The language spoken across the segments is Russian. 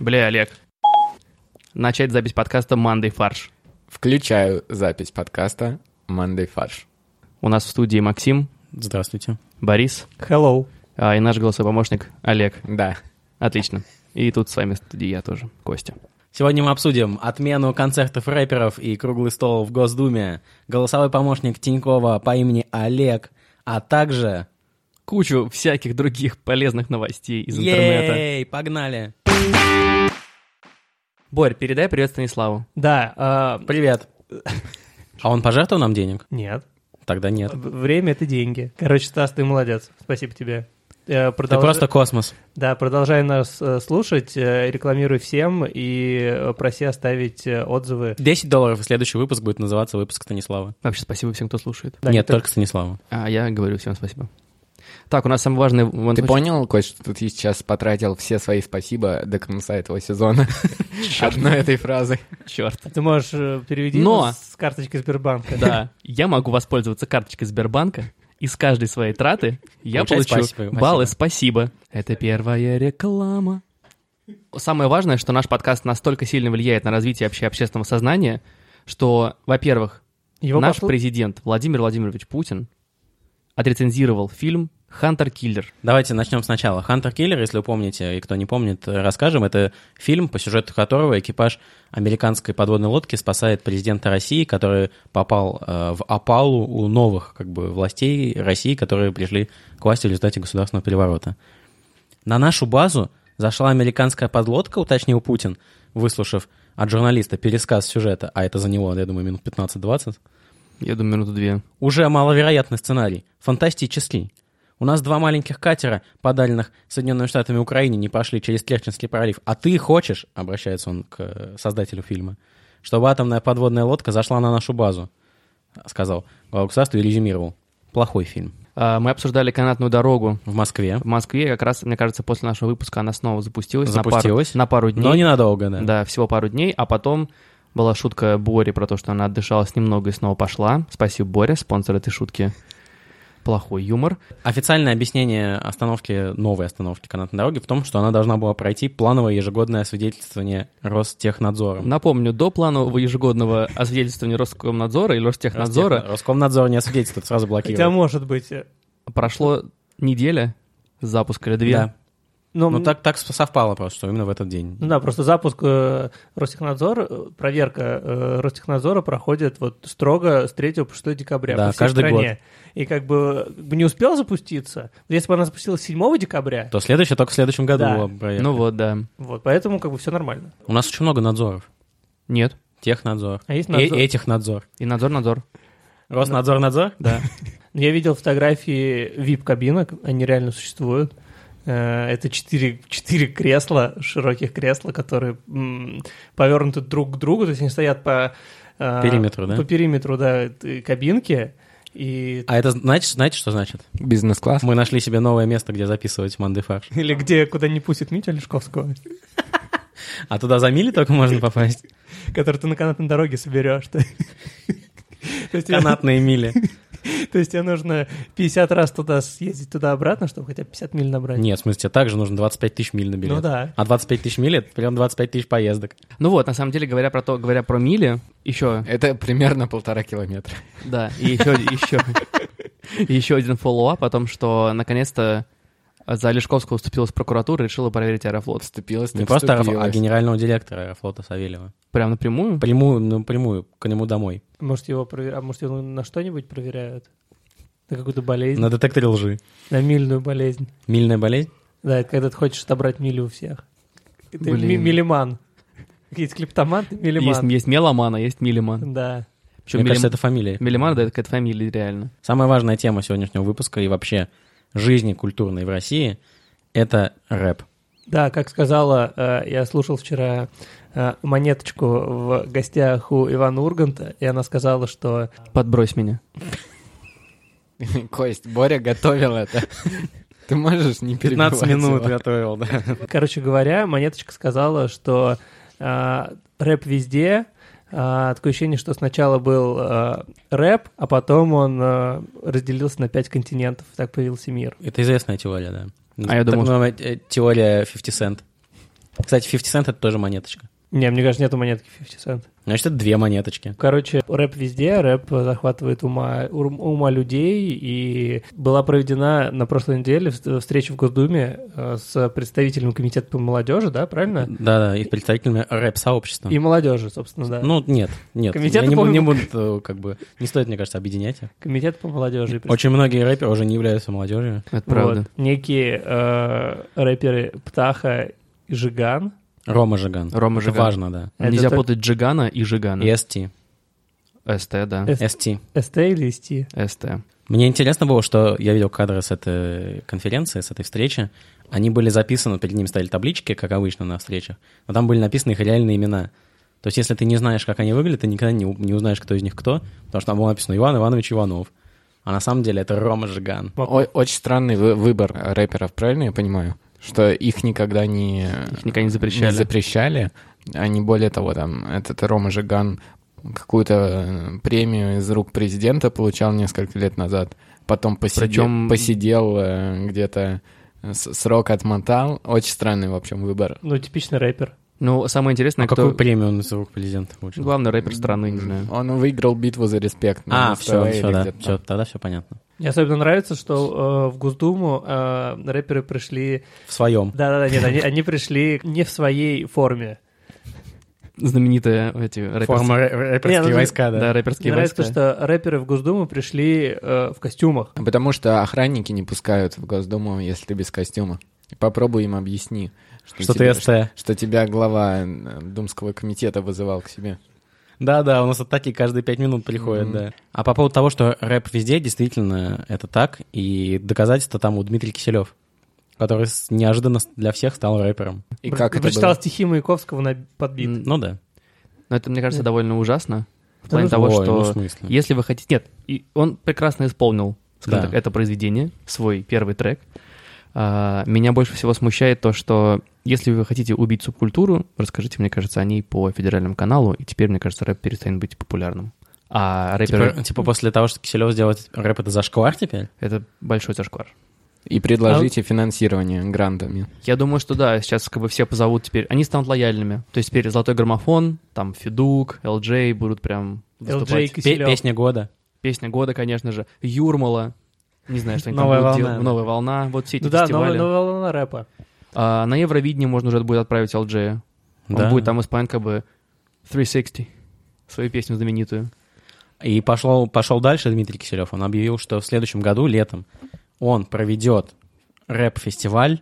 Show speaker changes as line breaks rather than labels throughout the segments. Бля, Олег. Начать запись подкаста «Мандай фарш».
Включаю запись подкаста «Мандай фарш».
У нас в студии Максим,
Здравствуйте.
Борис
Hello.
а, и наш голосовой помощник Олег.
Да,
Отлично. И тут с вами в студии я тоже, Костя.
Сегодня мы обсудим отмену концертов рэперов и круглый стол в Госдуме, голосовой помощник Тинькова по имени Олег, а также...
Кучу всяких других полезных новостей из интернета.
Ей, погнали!
Борь, передай привет Станиславу.
Да, а,
Привет. А он пожертвовал нам денег?
нет.
Тогда нет.
В- Время — это деньги. Короче, Стас, ты молодец. Спасибо тебе. Э,
Ты
продолж-
просто космос.
Да, продолжай нас э, слушать, э, рекламируй всем и э, проси оставить э, отзывы.
10 долларов, и следующий выпуск будет называться выпуск Станислава.
Вообще спасибо всем, кто слушает.
Да, не
нет, только Станислава.
А я говорю всем спасибо. Так, у нас самый важный... вон-
ты понял, Кость, что ты сейчас потратил все свои спасибо до конца этого сезона одной этой фразы?
Черт.
Ты можешь э, переведи
Но-
нас с карточки Сбербанка.
Да, я могу воспользоваться карточкой Сбербанка, и с каждой своей траты я
Получай
получу
спасибо,
баллы спасибо. Это первая реклама. Самое важное, что наш подкаст настолько сильно влияет на развитие вообще общественного сознания, что, во-первых,
Его
наш
посл-
президент Владимир Владимирович Путин отрецензировал фильм «Хантер-киллер».
Давайте начнем сначала. «Хантер Киллер», если вы помните, и кто не помнит, э, расскажем. Это фильм, по сюжету которого экипаж американской подводной лодки спасает президента России, который попал э, в опалу у новых как бы, властей России, которые пришли к власти в результате государственного переворота. На нашу базу зашла американская подлодка, уточнил Путин, выслушав от журналиста пересказ сюжета, а это за него, я думаю, минут 15-20.
Я думаю, минуту две.
Уже маловероятный сценарий. Фантастический. У нас два маленьких катера, подаренных Соединенными Штатами Украине, не прошли через Керченский пролив. А ты хочешь, обращается он к э, создателю фильма, чтобы атомная подводная лодка зашла на нашу базу, сказал глава государства и резюмировал. Плохой фильм.
А, Мы обсуждали канатную дорогу
В Москве.
в Москве, как раз, мне кажется, после нашего выпуска она снова запустилась,
Запустилась.
На, пару, на пару дней.
Но ненадолго, да.
Да, всего пару дней, а потом была шутка Бори про то, что она отдышалась немного и снова пошла. Спасибо, Боря, спонсор этой шутки. Плохой юмор.
Официальное объяснение остановки, новой остановки канатной дороги в том, что она должна была пройти плановое ежегодное свидетельствование Ростехнадзором.
Напомню, до планового ежегодного освидетельствования Роскомнадзора или Ростехнадзора
Роскомнадзор не освидетельствует, сразу блокирует.
Хотя, может быть. э,
прошло неделя с запуска или две.
Да.
Но,
Ну
м-
так, так совпало просто, что именно в этот день.
Ну да, просто запуск э, Ростехнадзор, э, проверка э, Ростехнадзора проходит вот строго с 3 по 6 декабря
Да,
по всей
каждый
стране. И как бы э, не успел запуститься, если бы она запустилась 7 декабря,
То следующее только в следующем году
Да.
была проверка.
Ну вот, да.
вот, поэтому как бы все нормально.
У нас очень много надзоров.
Нет.
Технадзор.
А есть
Э-
надзор-
этих надзор.
И надзор-надзор.
Роснадзор-надзор?
Да.
Я видел фотографии VIP-кабинок, они реально существуют. Э, Это четыре, четыре кресла, широких кресла, которые м, повернуты друг к другу, то есть они стоят по... э,
Периметру, да?
По периметру, да, этой кабинки. И
А это значит, знаете, что значит?
Бизнес-класс?
Мы нашли себе новое место, где записывать манды фарш.
Или где, куда не пустит Митя Лешковского,
А туда за мили только можно попасть?
который ты на канатной дороге соберешь. То есть тебе-
Канатные мили.
то есть тебе нужно 50 раз туда съездить, туда-обратно, чтобы хотя бы 50 миль набрать.
Нет, в смысле, тебе также нужно 25 тысяч миль на билет.
Ну да.
А 25 тысяч миль — это прям 25 тысяч поездок.
Ну вот, на самом деле, говоря про то, говоря про мили, еще
Это примерно полтора километра.
Да, и еще, еще, еще один фоллоуап о том, что наконец-то за Лешковского уступилась прокуратура и решила проверить Аэрофлот.
Вступилась,
Не просто Аэрофлот, а генерального директора Аэрофлота Савельева.
Прям напрямую?
Прямую, ну, прямую, к нему домой.
Может, его провер- а может, его на что-нибудь проверяют? На какую-то болезнь?
На детекторе лжи.
На мильную болезнь.
Мильная болезнь?
Да, это когда ты хочешь отобрать мили у всех. Ты ми-
Блин.
милиман. Есть клептоман, ты
Есть,
милиман.
есть Меломана, есть Милиман.
Да.
Причем
Мне
Милим-
кажется, это фамилия.
Милиман, да, это какая-то фамилия, реально.
Самая важная тема сегодняшнего выпуска и вообще жизни культурной в России — это рэп.
Да, как сказала, э, я слушал вчера э, монеточку в гостях у Ивана Урганта, и она сказала, что
Подбрось меня.
Кость, Боря готовил это. Ты можешь не перебивать
15 минут
его?
готовил, да.
Короче говоря, монеточка сказала, что э, рэп везде. э, такое ощущение, что сначала был э, рэп, а потом он э, разделился на пять континентов, так появился мир.
Это известная теория, да.
А я
Так
думал,
называемая, э, Теория 50 Cent. Кстати, 50 Cent — это тоже монеточка.
Не, мне кажется, нету монетки 50 Cent.
Значит, это две монеточки.
Короче, рэп везде, рэп захватывает ума, урм- ума людей, и была проведена на прошлой неделе вст- встреча в Госдуме э, с представителем комитета по молодежи, да, правильно?
Да-да, и представителями рэп-сообщества.
И молодежи, собственно, да.
Ну, нет, нет.
Комитет
я не,
по-
бу- не буду, э, как бы, не стоит, мне кажется, объединять. их.
Комитет по молодежи.
Очень многие рэперы уже не являются молодежью.
Это
Вот.
правда.
Некие э, рэперы Птаха и Жиган.
Рома Жиган.
Рома
Это
Жиган.
важно, да.
Это
Нельзя
так-
путать Джигана и Жигана.
И ST.
СТ, да.
Э.
ST.
СТ или СТ?
СТ.
Мне интересно было, что я видел кадры с этой конференции, с этой встречи. Они были записаны, перед ними стояли таблички, как обычно на встречах, но там были написаны их реальные имена. То есть, если ты не знаешь, как они выглядят, ты никогда не, у- не узнаешь, кто из них кто, потому что там было написано Иван Иванович Иванов. А на самом деле это Рома Жиган.
О- очень странный вы- выбор рэперов, правильно я понимаю? Что их никогда не,
Их никогда не
не
запрещали.
запрещали. Они более того, там, этот Рома Жиган какую-то э, премию из рук президента получал несколько лет назад. Потом посидел,
Причём-
посидел э, где-то, э, с- срок отмотал. Очень странный, в общем, выбор.
Ну, типичный рэпер.
Ну, самое интересное,
А
кто...
какую премию он из рук президента получил?
Главный рэпер страны, не знаю.
Он выиграл битву за респект. на
А, все,
STV
все,
или
да,
где-то
все,
там.
тогда все понятно.
Мне особенно нравится, что э, в Госдуму э, рэперы пришли...
В своем.
Да-да-да, нет, они, они пришли не в своей форме.
Знаменитые эти рэперские...
Форма рэ- рэперские
Не, ну,
войска, да.
Да,
Мне
рэперские
нравится,
войска.
что рэперы в Госдуму пришли э, в костюмах.
Потому что охранники не пускают в Госдуму, если ты без костюма. Попробуй им объясни,
Что
тебя-
ты СТ.
что тебя глава э, Думского комитета вызывал к себе.
Да, да, у нас атаки каждые пять минут приходят,
Мгм.
да. А по поводу того, что рэп везде, действительно, это так. И доказательство тому Дмитрий Киселев, который с- неожиданно с- для всех стал рэпером.
И
Пр-
как это
Прочитал
было?
стихи Маяковского на подбит.
М,
Ну да.
Но это, мне кажется, довольно ужасно. В
Да
плане
ну,
того,
Ой, ну, в
что...
смысле?
Если вы хотите... Нет, и он прекрасно исполнил скажем
Да.
так, это произведение, свой первый трек. А, Меня больше всего смущает то, что если вы хотите убить субкультуру, расскажите, мне кажется, о ней по федеральному каналу, и теперь, мне кажется, рэп перестанет быть популярным. А рэперы...
Типа, типа после того, что Киселев сделает рэп, это зашквар теперь?
Это большой зашквар.
И предложите финансирование грантами.
Я думаю, что да, сейчас как бы все позовут теперь. Они станут лояльными. То есть теперь «Золотой граммофон», там «Федук», «ЛД будут прям
LJ
выступать.
Пе-
Киселев.
песня года.
Песня года, конечно же. «Юрмала». Не знаю, что они там
Новая
будут
волна,
делать.
да.
«Новая волна». Вот все эти
Ну да, новая,
фестивали.
новая волна рэпа.
А на Евровидении можно уже будет отправить LJ. Он
Да.
будет там исполнять как бы 360, свою песню знаменитую.
И пошел, пошел дальше Дмитрий Киселев. Он объявил, что в следующем году, летом, он проведет рэп-фестиваль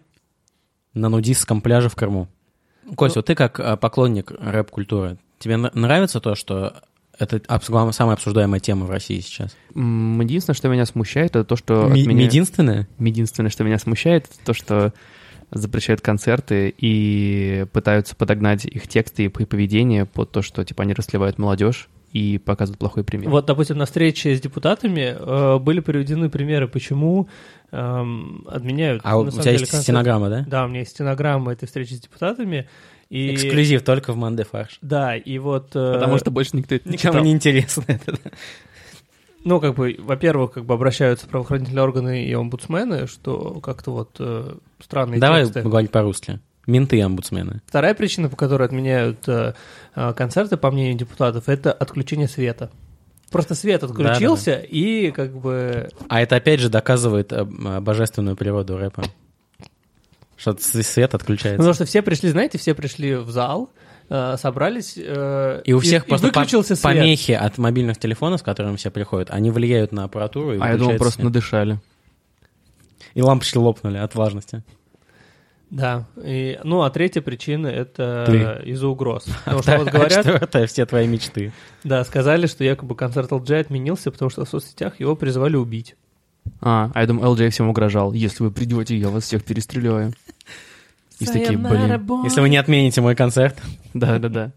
на нудистском пляже в Крыму. Кость, вот ты как э, поклонник рэп-культуры, тебе на- нравится то, что это абс- главная- самая обсуждаемая тема в России сейчас?
М, Единственное, что меня смущает, это то,
Э,
что... от
Ми-
меня-
Единственное?
Единственное, что меня смущает, это то, что запрещают концерты и пытаются подогнать их тексты и п- поведение под то, что типа они расслевают молодежь и показывают плохой пример.
Вот, допустим, на встрече с депутатами э, были приведены примеры, почему эм, отменяют.
А у
на самом
тебя есть
деле, концерты.
стенограмма, да?
Да, у меня есть стенограмма этой встречи с депутатами. И...
Эксклюзив только в Манде Фарш.
Да, и вот... э,
Потому что больше никто это не
Никому
читал.
э, не интересно это. да.
Ну, как бы, во-первых, как бы обращаются правоохранительные органы и омбудсмены, что как-то вот э, странные
Давай
тексты.
говорить по-русски. Менты и омбудсмены.
Вторая причина, по которой отменяют э, э, концерты, по мнению депутатов, это отключение света. Просто свет отключился, и как бы...
А это опять же доказывает э, м, божественную природу рэпа. Что ц- свет
ну,
отключается.
потому что все пришли, знаете, все пришли в зал, э, собрались... э,
и у всех просто по-
выключился свет.
помехи от мобильных телефонов, с которыми все приходят, они влияют на аппаратуру. И
А я думал,
выключается
просто
свет.
надышали.
И лампочки лопнули от влажности.
Да. И, ну, а третья причина — это
Ты.
из-за угроз. Потому что
Вторая,
Ну,
вот говорят...
четвертая, все твои мечты.
Да, сказали, что якобы концерт LG отменился, потому что в соцсетях его призывали убить.
А, а я думал, LJ всем угрожал. Если вы придете, я вас всех перестреляю. И все такие, блин.
Если вы не отмените мой концерт,
Да-да-да.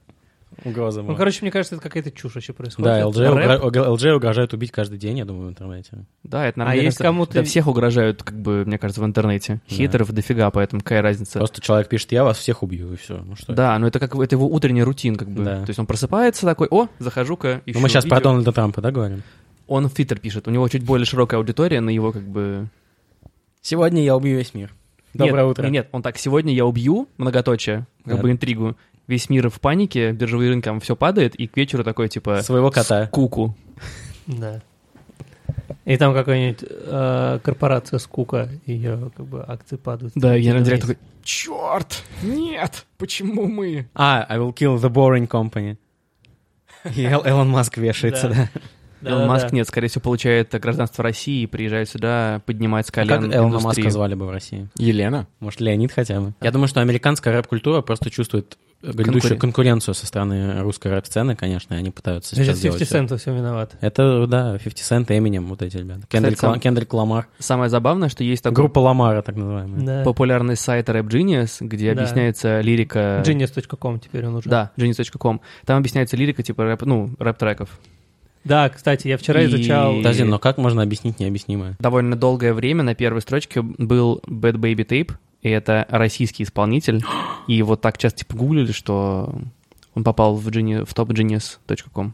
угроза
Ну,
моя.
короче, мне кажется, это какая-то чушь вообще происходит.
Да, LG, угра-
Рэп-
уг- LG угрожают убить каждый день, я думаю, в интернете.
Да, это нам,
А
мне
есть
кажется,
кому-то-
Да всех угрожают, как бы, мне кажется, в интернете.
Да.
Хитеров дофига, поэтому какая разница.
Просто человек пишет, я вас всех убью, и все. Ну что?
Да, но это как это его утренний рутин, как бы.
Да.
То есть он просыпается такой, о, захожу-ка,
Ну,
ищу
мы сейчас
видео».
про Дональда Трампа, да, говорим?
Он в Твиттер пишет, у него чуть более широкая аудитория, но его как бы...
Сегодня я убью весь мир.
Нет,
Доброе утро.
Нет, нет, он так, сегодня я убью, многоточие, как
Да.
бы интригу. Весь мир в панике, биржевые рынки, там все падает, и к вечеру такой, типа,
Своего кота.
куку.
Да. И там какая-нибудь э, корпорация скука, ее как бы акции падают.
Да, и генеральный
Вниз.
директор такой, черт, нет, почему мы?
А, I will kill the boring company. И Эл- Элон Маск вешается,
Да.
да.
Илон
Да-да-да.
Маск, нет, скорее всего, получает э, гражданство России и приезжает сюда, поднимает с
А
колен
как Элона
индустрию.
Маска звали бы в России?
Елена?
Может, Леонид хотя бы? Я думаю, что американская рэп-культура просто чувствует э, грядущую
Конкурен-
конкуренцию со стороны русской рэп-сцены, конечно, и они пытаются сейчас
Значит, 50
делать всё.
центов всем виноват.
Это, да, 50 Cent, Eminem, вот эти ребята. Кендрик,
сам-
Ла- Кендрик Ламар.
Самое забавное, что есть такой
Группа Ламара, так называемая.
Да.
популярный сайт Rap Genius, где
Да.
объясняется лирика...
Genius.com теперь он
э,
уже.
Да, genius.com. Там объясняется лирика типа рэп, ну, рэп-треков.
Да, кстати, я вчера
И-
изучал...
Подожди, но как можно объяснить необъяснимое?
Довольно долгое время на первой строчке был Bad Baby Tape, и это российский исполнитель. И вот так часто типа гуглили, что он попал в, Geni- в topgenius.com.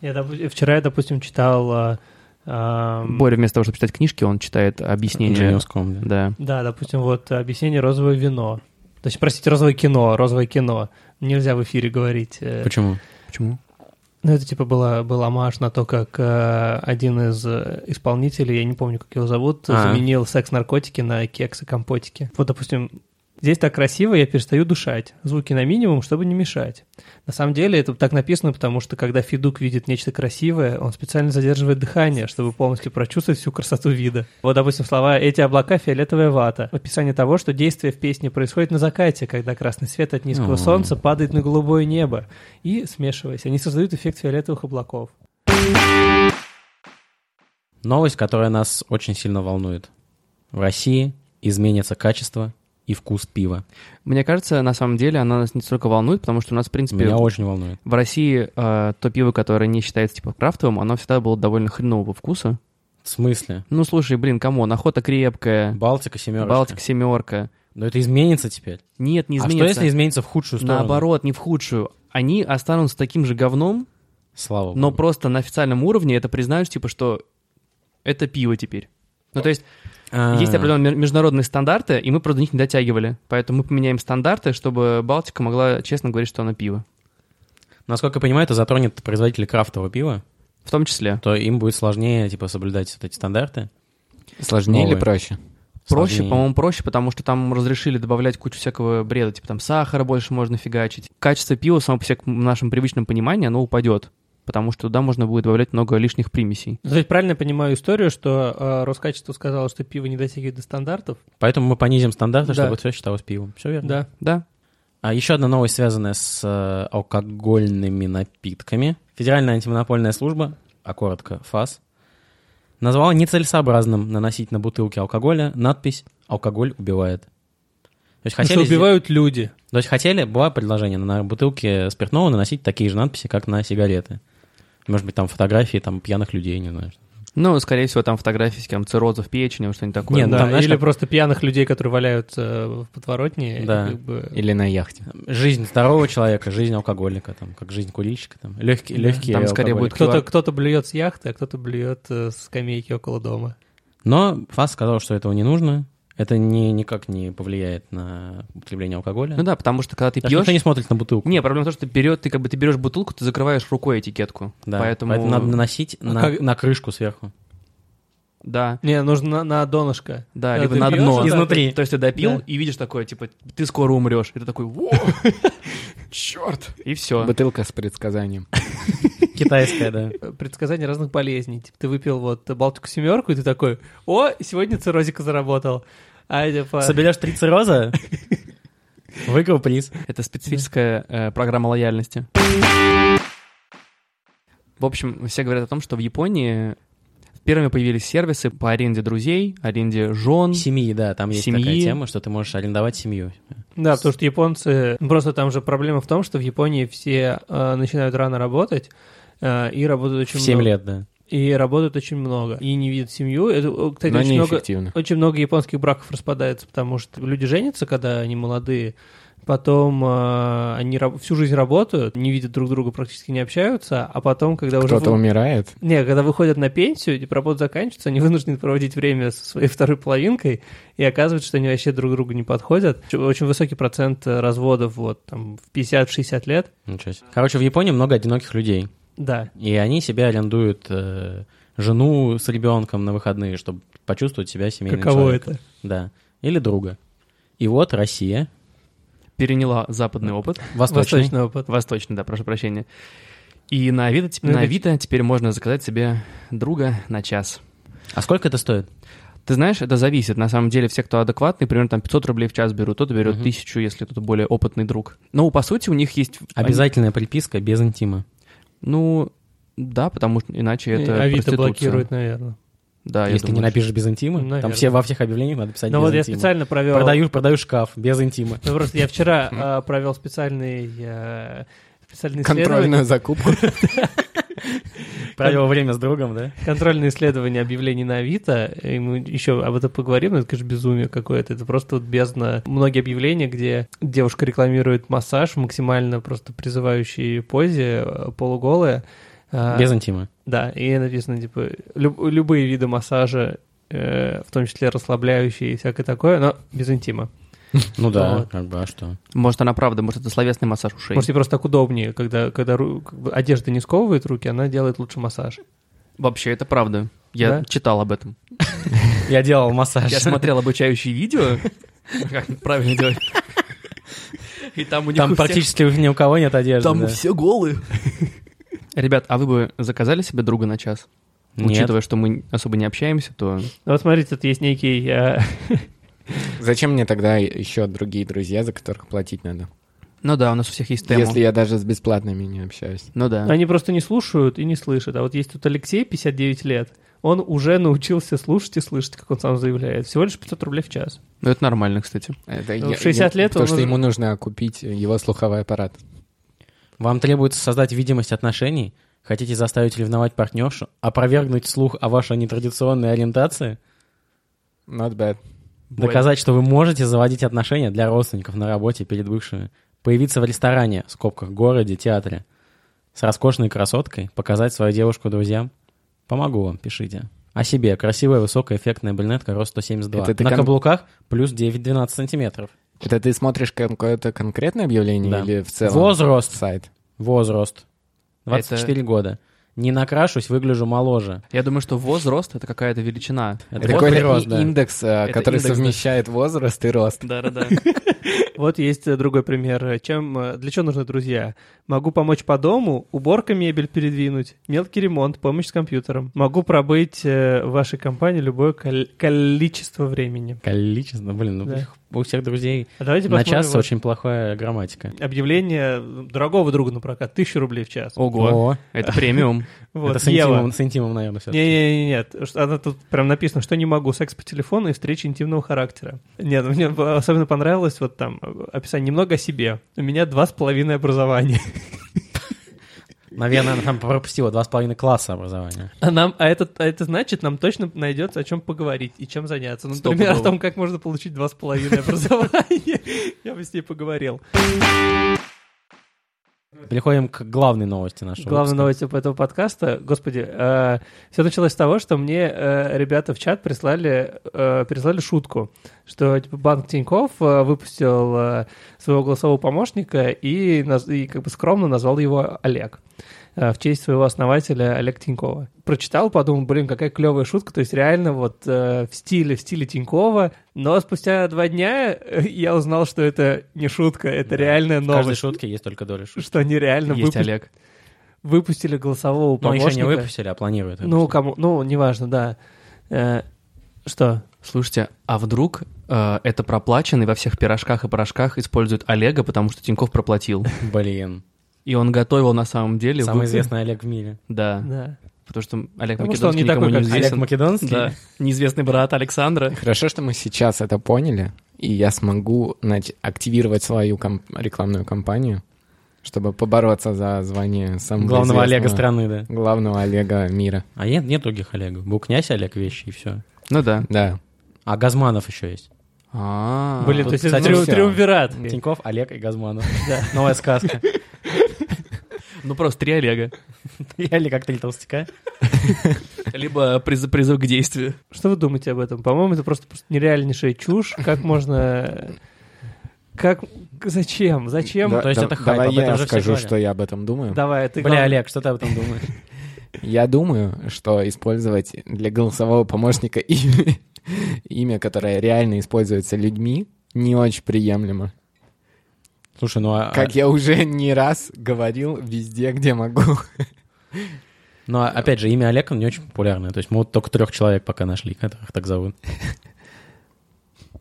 Я, допу- вчера я, допустим, читал... а, ам,
Боря вместо того, чтобы читать книжки, он читает объяснение.
Genius.com, да.
Да.
Да, допустим, вот объяснение розовое вино. То есть, простите, розовое кино, розовое кино. Нельзя в эфире говорить. э,
Почему?
Почему?
Ну, это типа была, был амаш на то, как э, один из э, исполнителей, я не помню, как его зовут,
А.
заменил секс-наркотики на кексы, компотики. Вот, допустим, здесь так красиво, я перестаю душать. Звуки на минимум, чтобы не мешать. На самом деле это так написано, потому что когда Федук видит нечто красивое, он специально задерживает дыхание, чтобы полностью прочувствовать всю красоту вида. Вот, допустим, слова «эти облака – фиолетовая вата». Описание того, что действие в песне происходит на закате, когда красный свет от низкого
М.
солнца падает на голубое небо. И, смешиваясь, они создают эффект фиолетовых облаков.
Новость, которая нас очень сильно волнует. В России изменится качество и вкус пива.
Мне кажется, на самом деле она нас не столько волнует, потому что у нас, в принципе,
Меня очень волнует.
в России э, то пиво, которое не считается типа крафтовым, оно всегда было довольно хренового вкуса.
В смысле?
Ну слушай, блин, камон, охота крепкая,
Балтика семерочка.
Балтика семерка.
Но это изменится теперь.
Нет, не
а что
изменится.
если изменится в худшую сторону?
Наоборот, не в худшую. Они останутся таким же говном,
Слава богу.
но просто на официальном уровне это признаешь, типа, что это пиво теперь. Ну, то есть,
А,
есть определенные мер- международные стандарты, и мы просто до них не дотягивали. Поэтому мы поменяем стандарты, чтобы Балтика могла честно говорить, что она пиво.
Насколько я понимаю, это затронет производителей крафтового пива,
В том числе.
то им будет сложнее, типа, соблюдать вот эти стандарты.
Сложнее
Новая.
или проще?
Проще,
Сложнее.
по-моему, проще, потому что там разрешили добавлять кучу всякого бреда, типа там сахара больше можно фигачить. Качество пива, само по себе, в нашем привычном понимании, оно упадет, потому что туда можно будет добавлять много лишних примесей.
Ну, То есть правильно я понимаю историю, что э, Роскачество сказало, что пиво не дотягивает до стандартов?
Поэтому мы понизим стандарты,
Да.
чтобы все считалось пивом. Все верно.
Да.
Да,
А еще одна новость, связанная с э, алкогольными напитками. Федеральная антимонопольная служба, а коротко ФАС, назвала нецелесообразным наносить на бутылки алкоголя надпись «Алкоголь убивает». То есть
Потому
хотели,
Ну что
сдел-
убивают люди.
то есть хотели, было предложение на бутылке спиртного наносить такие же надписи, как на сигареты. Может быть, там фотографии там пьяных людей, не знаю.
Ну, скорее всего, там фотографии с кем цирроза в печени, вот что-нибудь такое.
Не, ну
Да,
там, знаешь,
или
как-
просто пьяных людей, которые валяются э, в подворотне. и
Да.
как бы-
Или на яхте?
Жизнь здорового человека, жизнь алкоголика, там, как жизнь курильщика, там, легкие,
Да.
легкие
Там скорее будет
Кто-то
QR.
кто блюет с яхты, а кто-то блюет э, с скамейки около дома.
Но ФАС сказал, что этого не нужно. Это не, никак не повлияет на употребление алкоголя.
Ну да, потому что когда ты
Даже
пьешь...
никто не смотрит на бутылку.
Не, проблема в том, что ты, берет, ты как бы ты берешь бутылку, ты закрываешь рукой этикетку.
Да,
Поэтому... А
надо наносить на,
как-
на крышку сверху.
Да,
Не, нужно на, на донышко.
да,
Когда
либо
ты
на
пьёшь,
дно.
вот так
Изнутри.
Ты- То есть ты допил
Да.
и видишь такое, типа, ты скоро умрешь. И ты такой, «Во!»
Черт!
и все.
Бутылка с предсказанием.
Китайская, да.
вот, э, Предсказание разных болезней. Типа ты выпил вот э, Балтику семерку, и ты такой, о, сегодня циррозика заработал. А типа...
Соберешь три цирроза, выиграл приз.
Это специфическая э, программа лояльности. В общем, все говорят о том, что в Японии первыми появились сервисы по аренде друзей, аренде жен.
Семьи, да, там есть
Семьи.
такая тема, что ты можешь арендовать семью.
Да, потому что японцы... ну, Просто там же проблема в том, что в Японии все э, начинают рано работать, э, и работают
В
очень
7
много.
лет, да.
И работают очень много. И не видят семью. Это, о, кстати,
Но
очень много...
неэффективно.
Очень много японских браков распадается, потому что люди женятся, когда они молодые, потом э, они раб- всю жизнь работают, не видят друг друга, практически не общаются, а потом, когда уже...
Кто-то
вы-
умирает.
э,
Ничего себе. Короче, в Японии много одиноких людей.
Да,
И они себе арендуют э, жену с ребенком на выходные, чтобы почувствовать себя семейным
каково
человеком.
это?
Да. Или друга. И вот Россия,
Переняла западный опыт,
восточный,
Восточный опыт.
восточный, да, прошу прощения. И на Авито,
Ну,
на
это-
Авито теперь можно заказать себе друга на час.
А сколько это стоит?
Ты знаешь, это зависит. На самом деле, все, кто адекватный, примерно там 500 рублей в час берут, кто-то берет
Мгм.
1000, если кто-то более опытный друг. Ну, по сути, у них есть... они-
Обязательная приписка без интима.
ну, да, потому что иначе это
Ну, Авито
проституция.
блокирует, наверное.
Да, я
Если ты не
думаю,
напишешь без интима, там
Наверное.
все, во всех объявлениях надо писать
Но
без
Ну вот я
интима.
специально провел...
Продаю, продаю шкаф без интима.
Ну, просто я вчера э, провел специальный... э, специальное исследование,
Контрольную закупку.
Провел время с другом, да?
контрольное исследование объявлений на Авито, и мы еще об этом поговорим, но это, конечно, безумие какое-то, это просто вот бездна. Многие объявления, где девушка рекламирует массаж в максимально просто призывающей позе, э, полуголая. А,
Без интима.
Да, и написано, типа, люб- любые виды массажа, э, в том числе расслабляющие и всякое такое, но без интима.
Ну да,
Вот.
как бы, а что?
Может, она правда, может, это словесный массаж ушей.
Может, ей просто так удобнее, когда, когда ру- как бы одежда не сковывает руки, она делает лучше массаж.
Вообще, это правда. Я
Да?
читал об этом.
Я делал массаж.
Я смотрел обучающие видео, как правильно делать. И там у них
Там
у всех-
практически ни у кого нет одежды. да.
все голые. Ребят, а вы бы заказали себе друга на час?
Нет.
Учитывая, что мы особо не общаемся, то...
Ну, вот смотрите, тут есть некий... э,
Зачем мне тогда еще другие друзья, за которых платить надо?
Ну да, у нас у всех есть тема.
Если я даже с бесплатными не общаюсь.
Ну да.
Они просто не слушают и не слышат. А вот есть тут Алексей, 59 лет. Он уже научился слушать и слышать, как он сам заявляет. Всего лишь 500 рублей в час.
Ну это нормально, кстати.
Это
Ну,
я-
в 60
я-
лет
Потому
он
что
уже-
ему нужно купить его слуховой аппарат.
Вам требуется создать видимость отношений? Хотите заставить ревновать партнершу? Опровергнуть слух о вашей нетрадиционной ориентации?
Not bad.
Доказать, что вы можете заводить отношения для родственников на работе перед бывшими? Появиться в ресторане, в скобках, городе, театре? С роскошной красоткой? Показать свою девушку друзьям? Помогу вам, пишите. О себе. Красивая, высокая, эффектная брюнетка, рост 172.
Это ты
на
кон-
каблуках плюс 9-12 сантиметров.
Это ты смотришь кон- какое-то конкретное объявление
Да.
или в целом?
Возраст.
Сайт.
Возраст. 24 года. Не накрашусь, выгляжу моложе.
Я думаю, что возраст — это какая-то величина.
Это,
Это
вот
какой-то
прирост,
и-
да.
индекс, э,
Это
который
индекс, да.
совмещает возраст и рост.
Да-да-да.
Вот есть э, другой пример. Чем, э, для чего нужны друзья? Могу помочь по дому, уборка мебель передвинуть, мелкий ремонт, помощь с компьютером. Могу пробыть э, в вашей компании любое кол- количество времени.
Количество, блин, ну,
Да.
у всех друзей
А давайте
на
посмотрим
час
вот
очень плохая грамматика.
объявление дорогого друга на прокат, 1000 рублей в час.
Ого, это премиум.
Вот,
это с
Ева.
интимом, с интимом, наверное, все.
Не-не-не, нет. Она тут прям написано, что не могу. Секс по телефону и встречи интимного характера. Нет, мне особенно понравилось вот там описание немного о себе. У меня два с половиной образования.
Наверное, она там пропустила два с половиной класса образования.
А, нам, а, это, а это значит, нам точно найдется о чем поговорить и чем заняться. Ну, Например, о
Стопудово.
том, как можно получить два с половиной образования. Я бы с ней поговорил.
Переходим к главной новости нашего
Главной
выпуска.
новостью этого подкаста, господи, все началось с того, что мне э, ребята в чат прислали, э, прислали шутку, что типа, банк Тиньков э, выпустил э, своего голосового помощника и, наз- и как бы скромно назвал его Олег э, в честь своего основателя Олег Тинькова. Прочитал, подумал, блин, какая клевая шутка, то есть реально вот э, в стиле, в стиле Тинькова, но спустя два дня э, я узнал, что это не шутка, это
Да.
реальная
В каждой
новость,
шутке есть только доля шутки.
что они реально
Есть
выпу-
Олег.
выпустили голосового
Но
помощника.
еще не выпустили, а планируют.
Ну, кому, ну, неважно, да. Э, что?
Слушайте, а вдруг э, это проплаченный во всех пирожках и порошках используют Олега, потому что Тиньков проплатил.
выпустить. Блин.
И он готовил на самом деле...
Самый
ну,
вы-
известный Олег в мире.
Да,
Да.
потому что Олег
Потому ну, что он
Македонский
не
никому
такой,
не
как
Олег
известен.
Македонский?
Да, неизвестный брат Александра.
Хорошо, что мы сейчас это поняли, и я смогу нач- активировать свою ком- рекламную кампанию, чтобы побороться за звание самого
Главного
известного-
Олега страны, да.
Главного Олега мира.
А нет, нет других Олегов. Был князь Олег Вещи и все.
Ну да.
Да.
А Газманов еще есть.
А,
Блин,
тут,
то есть это
кстати,
триум-
всё.
триумвират.
Тиньков, Олег и Газманов. Новая сказка.
ну просто три Олега.
Или коктейль толстяка.
Либо приз- призыв к действию.
Что вы думаете об этом? По-моему, это просто, просто нереальнейшая чушь. Как можно... Как... Зачем? Зачем?
Да-
то есть
да-
это хайп,
Давай
об этом
я
же все
скажу,
говорят.
что я об этом думаю.
Давай, ты...
Бля,
главный.
Олег, что ты об этом думаешь?
Я думаю, что использовать для голосового помощника имя, имя, которое реально используется людьми, не очень приемлемо.
Слушай, ну а...
Как я уже не раз говорил везде, где могу.
Но ну, а, опять же, имя Олег, он не очень популярное. То есть мы вот только трех человек пока нашли, которых так зовут.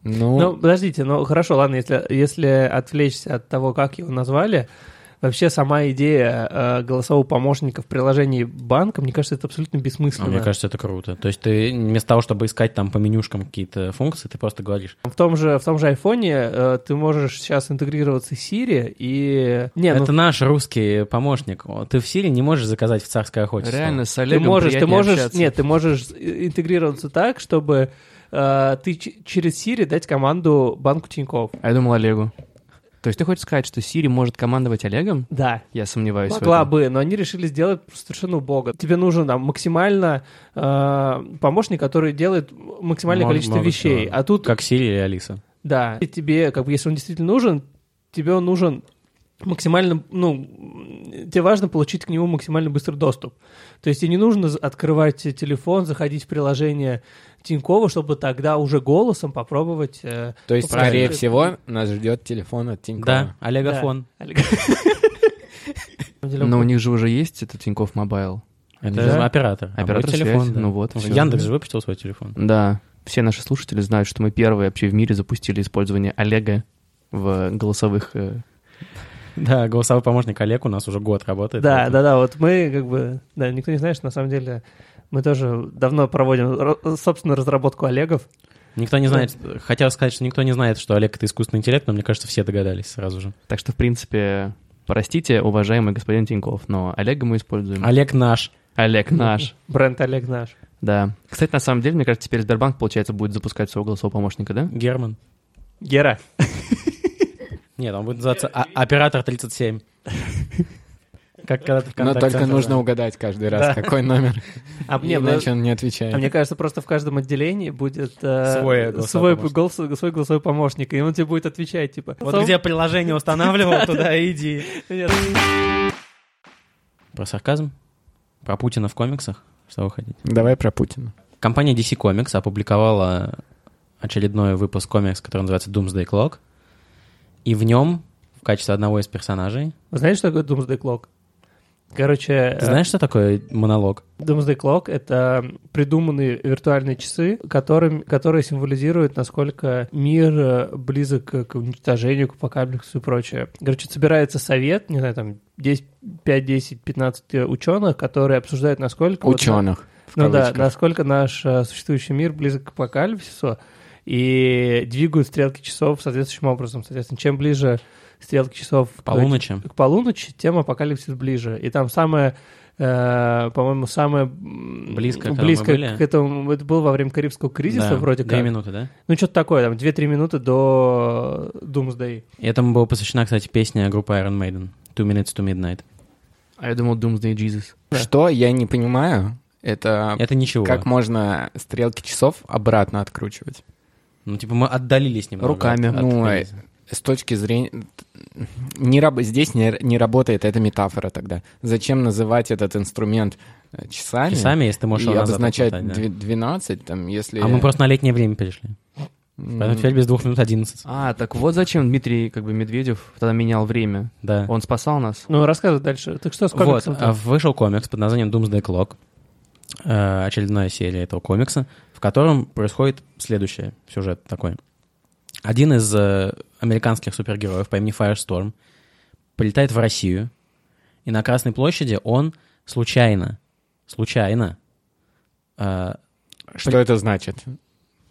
Ну,
Ну, подождите, ну хорошо, ладно, если, если отвлечься от того, как его назвали, вообще сама идея э, голосового помощника в приложении банка, мне кажется, это абсолютно
А
бессмысленно.
Мне кажется, это круто. То есть ты вместо того, чтобы искать там по менюшкам какие-то функции, ты просто говоришь.
В том же, в том же айфоне э, ты можешь сейчас интегрироваться с Siri и... Не, ну,
это наш русский помощник. О, Ты в Сирии не можешь заказать в царское охотчество.
Реально, с
ты
Олегом
можешь, ты
приятнее
можешь...
общаться.
Нет, ты можешь э, интегрироваться так, чтобы э, ты ч- через Siri дать команду банку Тинькофф.
А я думал Олегу. То есть ты хочешь сказать, что Сири может командовать Олегом?
Да.
Я сомневаюсь
Могла
в этом.
бы, но они решили сделать совершенно убого. Тебе нужен там, максимально э, помощник, который делает максимальное
Мон-
количество
много
вещей.
всего.
А тут,
Как Сирия или Алиса.
да, и тебе, как бы, если он действительно нужен, тебе он нужен максимально, ну, м, тебе важно получить к нему максимально быстрый доступ. То есть тебе не нужно з- открывать телефон, заходить в приложение Тинькова, чтобы тогда уже голосом попробовать... э,
то есть,
попросить-
скорее всего, нас ждет телефон от Тинькова.
Да, Олегофон.
Олег- ну
Но у них же уже есть этот Тинькофф Мобайл.
Это
Да.
оператор. А
Оператор
будет телефон,
связи.
да.
Ну вот, всё.
Яндекс же выпустил свой телефон.
Да, все наши слушатели знают, что мы первые вообще в мире запустили использование Олега в голосовых... э,
Да, голосовой помощник Олег у нас уже год работает.
Да,
поэтому-
да, да, вот мы как бы, да, никто не знает, что на самом деле мы тоже давно проводим ро- собственную разработку Олегов.
Никто не знает, хотел сказать, что никто не знает, что Олег это искусственный интеллект, но мне кажется, все догадались сразу же.
Так что, в принципе, простите, уважаемый господин Тиньков, но Олега мы используем.
Олег наш.
Олег наш.
Бренд Олег наш.
Да. Кстати, на самом деле, мне кажется, теперь Сбербанк, получается, будет запускать своего голосового помощника, да?
Герман.
Гера.
Нет, он будет называться о- оператор 37. Как когда ты в
Но только
контакт-центр,
нужно
да. ну,
угадать каждый раз, какой номер.
А мне,
Иначе
а
он не ну, отвечает.
мне кажется, просто в каждом отделении будет э,
Свой
свой,
голосовой
голос, свой голосовой помощник, и он тебе будет отвечать, типа...
Вот где приложение устанавливал, туда и иди.
Нет.
Про сарказм? Про Путина в комиксах? Что вы хотите?
Давай про Путина.
Компания DC Comics опубликовала очередной выпуск комикс, который называется Doomsday Clock. И в нем, в качестве одного из персонажей...
Вы знаете, что такое Doomsday Clock? Короче,
Ты
э,
знаешь, что такое монолог?
Doomsday Clock — это придуманные виртуальные часы, которым, которые символизируют, насколько мир э, близок к к уничтожению, к апокалипсису и прочее. Короче, собирается совет, не знаю, там 10, 5, 10, 15 э, ученых, которые обсуждают, насколько... вот на-
Ученых. в
ну да,
кавычках.
насколько наш э, существующий мир близок к апокалипсису, и двигают стрелки часов соответствующим образом. Соответственно, чем ближе стрелки часов к-
Полуночи.
к полуночи, тем апокалипсис ближе. И там самое, э, по-моему, самое м,
Близко, когда мы
близко
были.
к этому, это было во время Карибского кризиса
Да,
вроде
Две
как.
минуты, да?
Ну, что-то такое, там, 2-3 минуты до Doomsday.
И этому была посвящена, кстати, песня группы Iron Maiden. Two Minutes to Midnight.
А я думал Doomsday Jesus.
Да.
Что я не понимаю, это
Это ничего.
А как можно стрелки часов обратно откручивать.
Ну, типа, мы отдалились немного.
Руками.
от- от
Ну,
кризиса.
С точки зрения... Не раб- Здесь не, не работает эта метафора тогда. Зачем называть этот инструмент э, часами,
Часами, если ты можешь
и
его назад
обозначать
отмотать, да.
дви- 12, там, если...
А мы просто на летнее время перешли. Поэтому теперь без двух минут 11.
А, так вот зачем Дмитрий, как бы, Медведев тогда менял время.
Да.
Он спасал нас.
Ну, рассказывай дальше. Так что с
Вот,
комиксом
а вышел комикс под названием Doomsday Clock. Э, Очередная серия этого комикса, в котором происходит следующее. Сюжет такой. Один из э, американских супергероев по имени Firestorm прилетает в Россию, и на Красной площади он случайно, случайно, э,
Что это значит?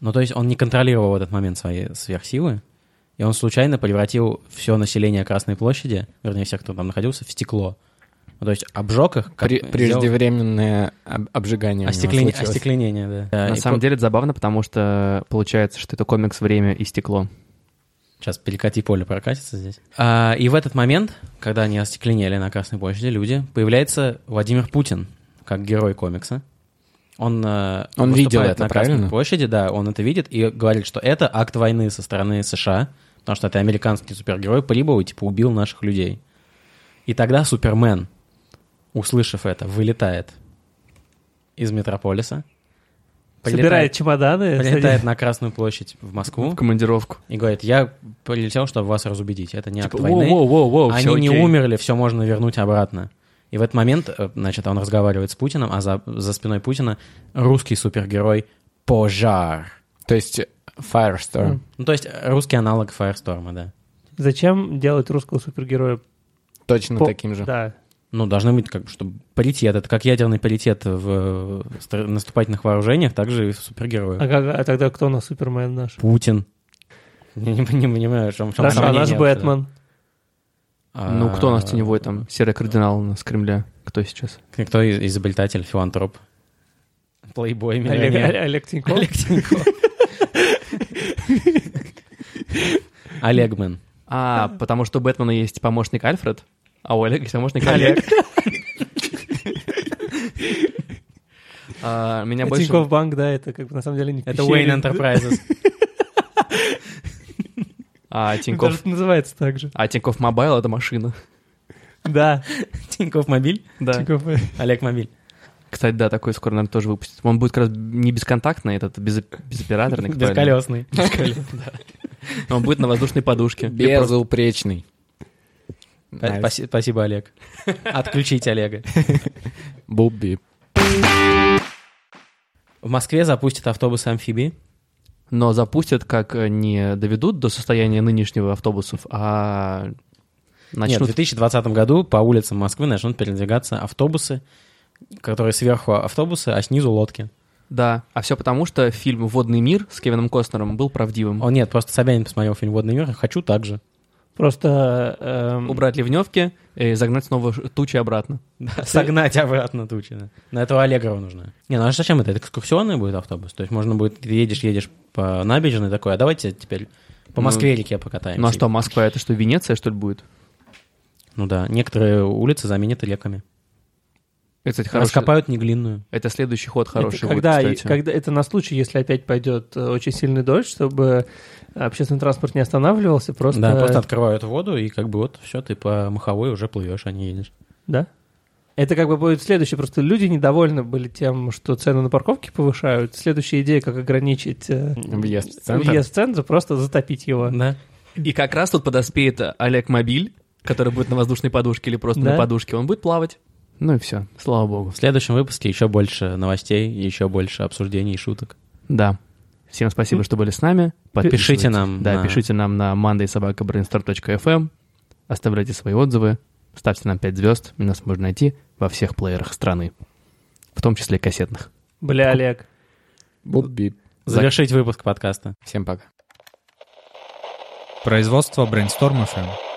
ну то есть он не контролировал в этот момент свои сверхсилы, и он случайно превратил все население Красной площади, вернее всех, кто там находился, в стекло. Ну, то есть обжег их, как А
Пре-
сделал-
Преждевременное об- обжигание. у него
остеклени-
случилось.
остекленение, да. Да,
На
и
самом
по-
деле это забавно, потому что получается, что это комикс «Время и стекло».
Сейчас перекати поле прокатится здесь. А, и в этот момент, когда они остекленели на Красной площади, люди, появляется Владимир Путин как герой комикса. Он, э,
Он
выступает
видел это,
на Красной
правильно?
площади, да, он это видит и говорит, что это акт войны со стороны США, потому что это американский супергерой прибыл и типа убил наших людей. И тогда Супермен, услышав это, вылетает из метрополиса,
Собирает э,
прилетает,
чемоданы.
прилетает
садит-
на Красную площадь в Москву.
В командировку. Типа,
И говорит, я прилетел, чтобы вас разубедить. Это не
Типа,
акт войны.
Воу-воу-воу,
Они не умерли, все можно вернуть обратно. И в этот момент, э, значит, он разговаривает с Путиным, а за, за спиной Путина русский супергерой Пожар.
То есть Firestorm.
Мгм.
Ну, то есть э, русский аналог Фаерсторма, да.
Зачем делать русского супергероя?
Точно
По-
таким же.
Да.
Ну, должны быть как бы, что паритет. Это как ядерный паритет в э, стра- наступательных вооружениях, также и в супергероях.
типа.
А, как- а тогда кто у нас Супермен наш?
Путин. Я не, не понимаю, в чем, в чем
Наш, а
сомнение
наш
вообще, да.
Бэтмен.
А,
Ну, кто у нас теневой там? Серый кардинал у нас с Кремля. Кто сейчас?
Кто из- изобретатель, филантроп? Плейбой,
Олег,
миллионер.
Олег Тиньков.
Олег Тиньков. Олегмен.
А, потому что у Бэтмена есть помощник Альфред, а у Олега есть помощник Олег. А, Меня больше...
Тиньков банк, да, это как бы на самом деле не в
Это
пещере.
Уэйн Enterprises.
А,
Даже
Тиньков...
это называется так же.
А Тиньков Мобайл — это машина.
Да.
Тиньков Мобиль.
Да.
Тинькофф.
Олег Мобиль.
Кстати, да, такой скоро, наверное, тоже выпустят. Он будет как раз не бесконтактный, этот без- безоператорный. как правильно?
Бесколесный.
Он будет на воздушной подушке. Я просто-
Безупречный.
Спа-
Nice.
спаси- Спасибо, Олег. Отключить Олега.
Бубби.
В Москве запустят автобусы амфибии.
Но запустят, как э, не доведут до состояния нынешнего автобусов, а
Нет, в
начнут...
2020 году по улицам Москвы начнут передвигаться автобусы, которые сверху автобусы, а снизу лодки.
Да, а все потому, что фильм «Водный мир» с Кевином Костнером был правдивым.
О, нет, просто Собянин посмотрел фильм «Водный мир», хочу так же.
Просто... эм,
Убрать ливневки и загнать снова ш- тучи обратно.
Согнать обратно тучи, да. На этого Аллегрова нужно. Не, ну а зачем это? Это экскурсионный будет автобус? То есть можно будет, ты едешь, едешь по набережной такой, а давайте теперь по
Ну,
Москве реке покатаемся.
Ну а что, Москва это что, Венеция, что ли, будет?
Ну да, некоторые улицы заменят реками.
Это, кстати, хороший...
Раскопают не глинную.
Это следующий ход хороший
это
будет,
когда,
кстати.
когда это на случай, если опять пойдет э, очень сильный дождь, чтобы общественный транспорт не останавливался, просто...
Да, просто открывают воду, и как бы вот все, ты по маховой уже плывешь, а не едешь.
Да? Это как бы будет следующее. Просто люди недовольны были тем, что цены на парковки повышают. Следующая идея, как ограничить э,
Въезд в центр.
въезд в центр, просто затопить его.
Да.
И как раз тут подоспеет Олег Мобиль, который будет на воздушной подушке или просто на
Да.
подушке. Он будет плавать. Ну и все, слава богу.
В следующем выпуске еще больше новостей, еще больше обсуждений и шуток.
Да. Всем спасибо, что были с нами. Подписывайтесь.
нам
Да,
на-
пишите нам на mondaysobakabrainstorm.fm. эм, Оставляйте свои отзывы. Ставьте нам 5 звезд. И нас можно найти во всех плеерах страны. В том числе кассетных.
Бля, Олег.
Бубби.
Завершить выпуск подкаста.
Всем пока.
Производство Brainstorm FM.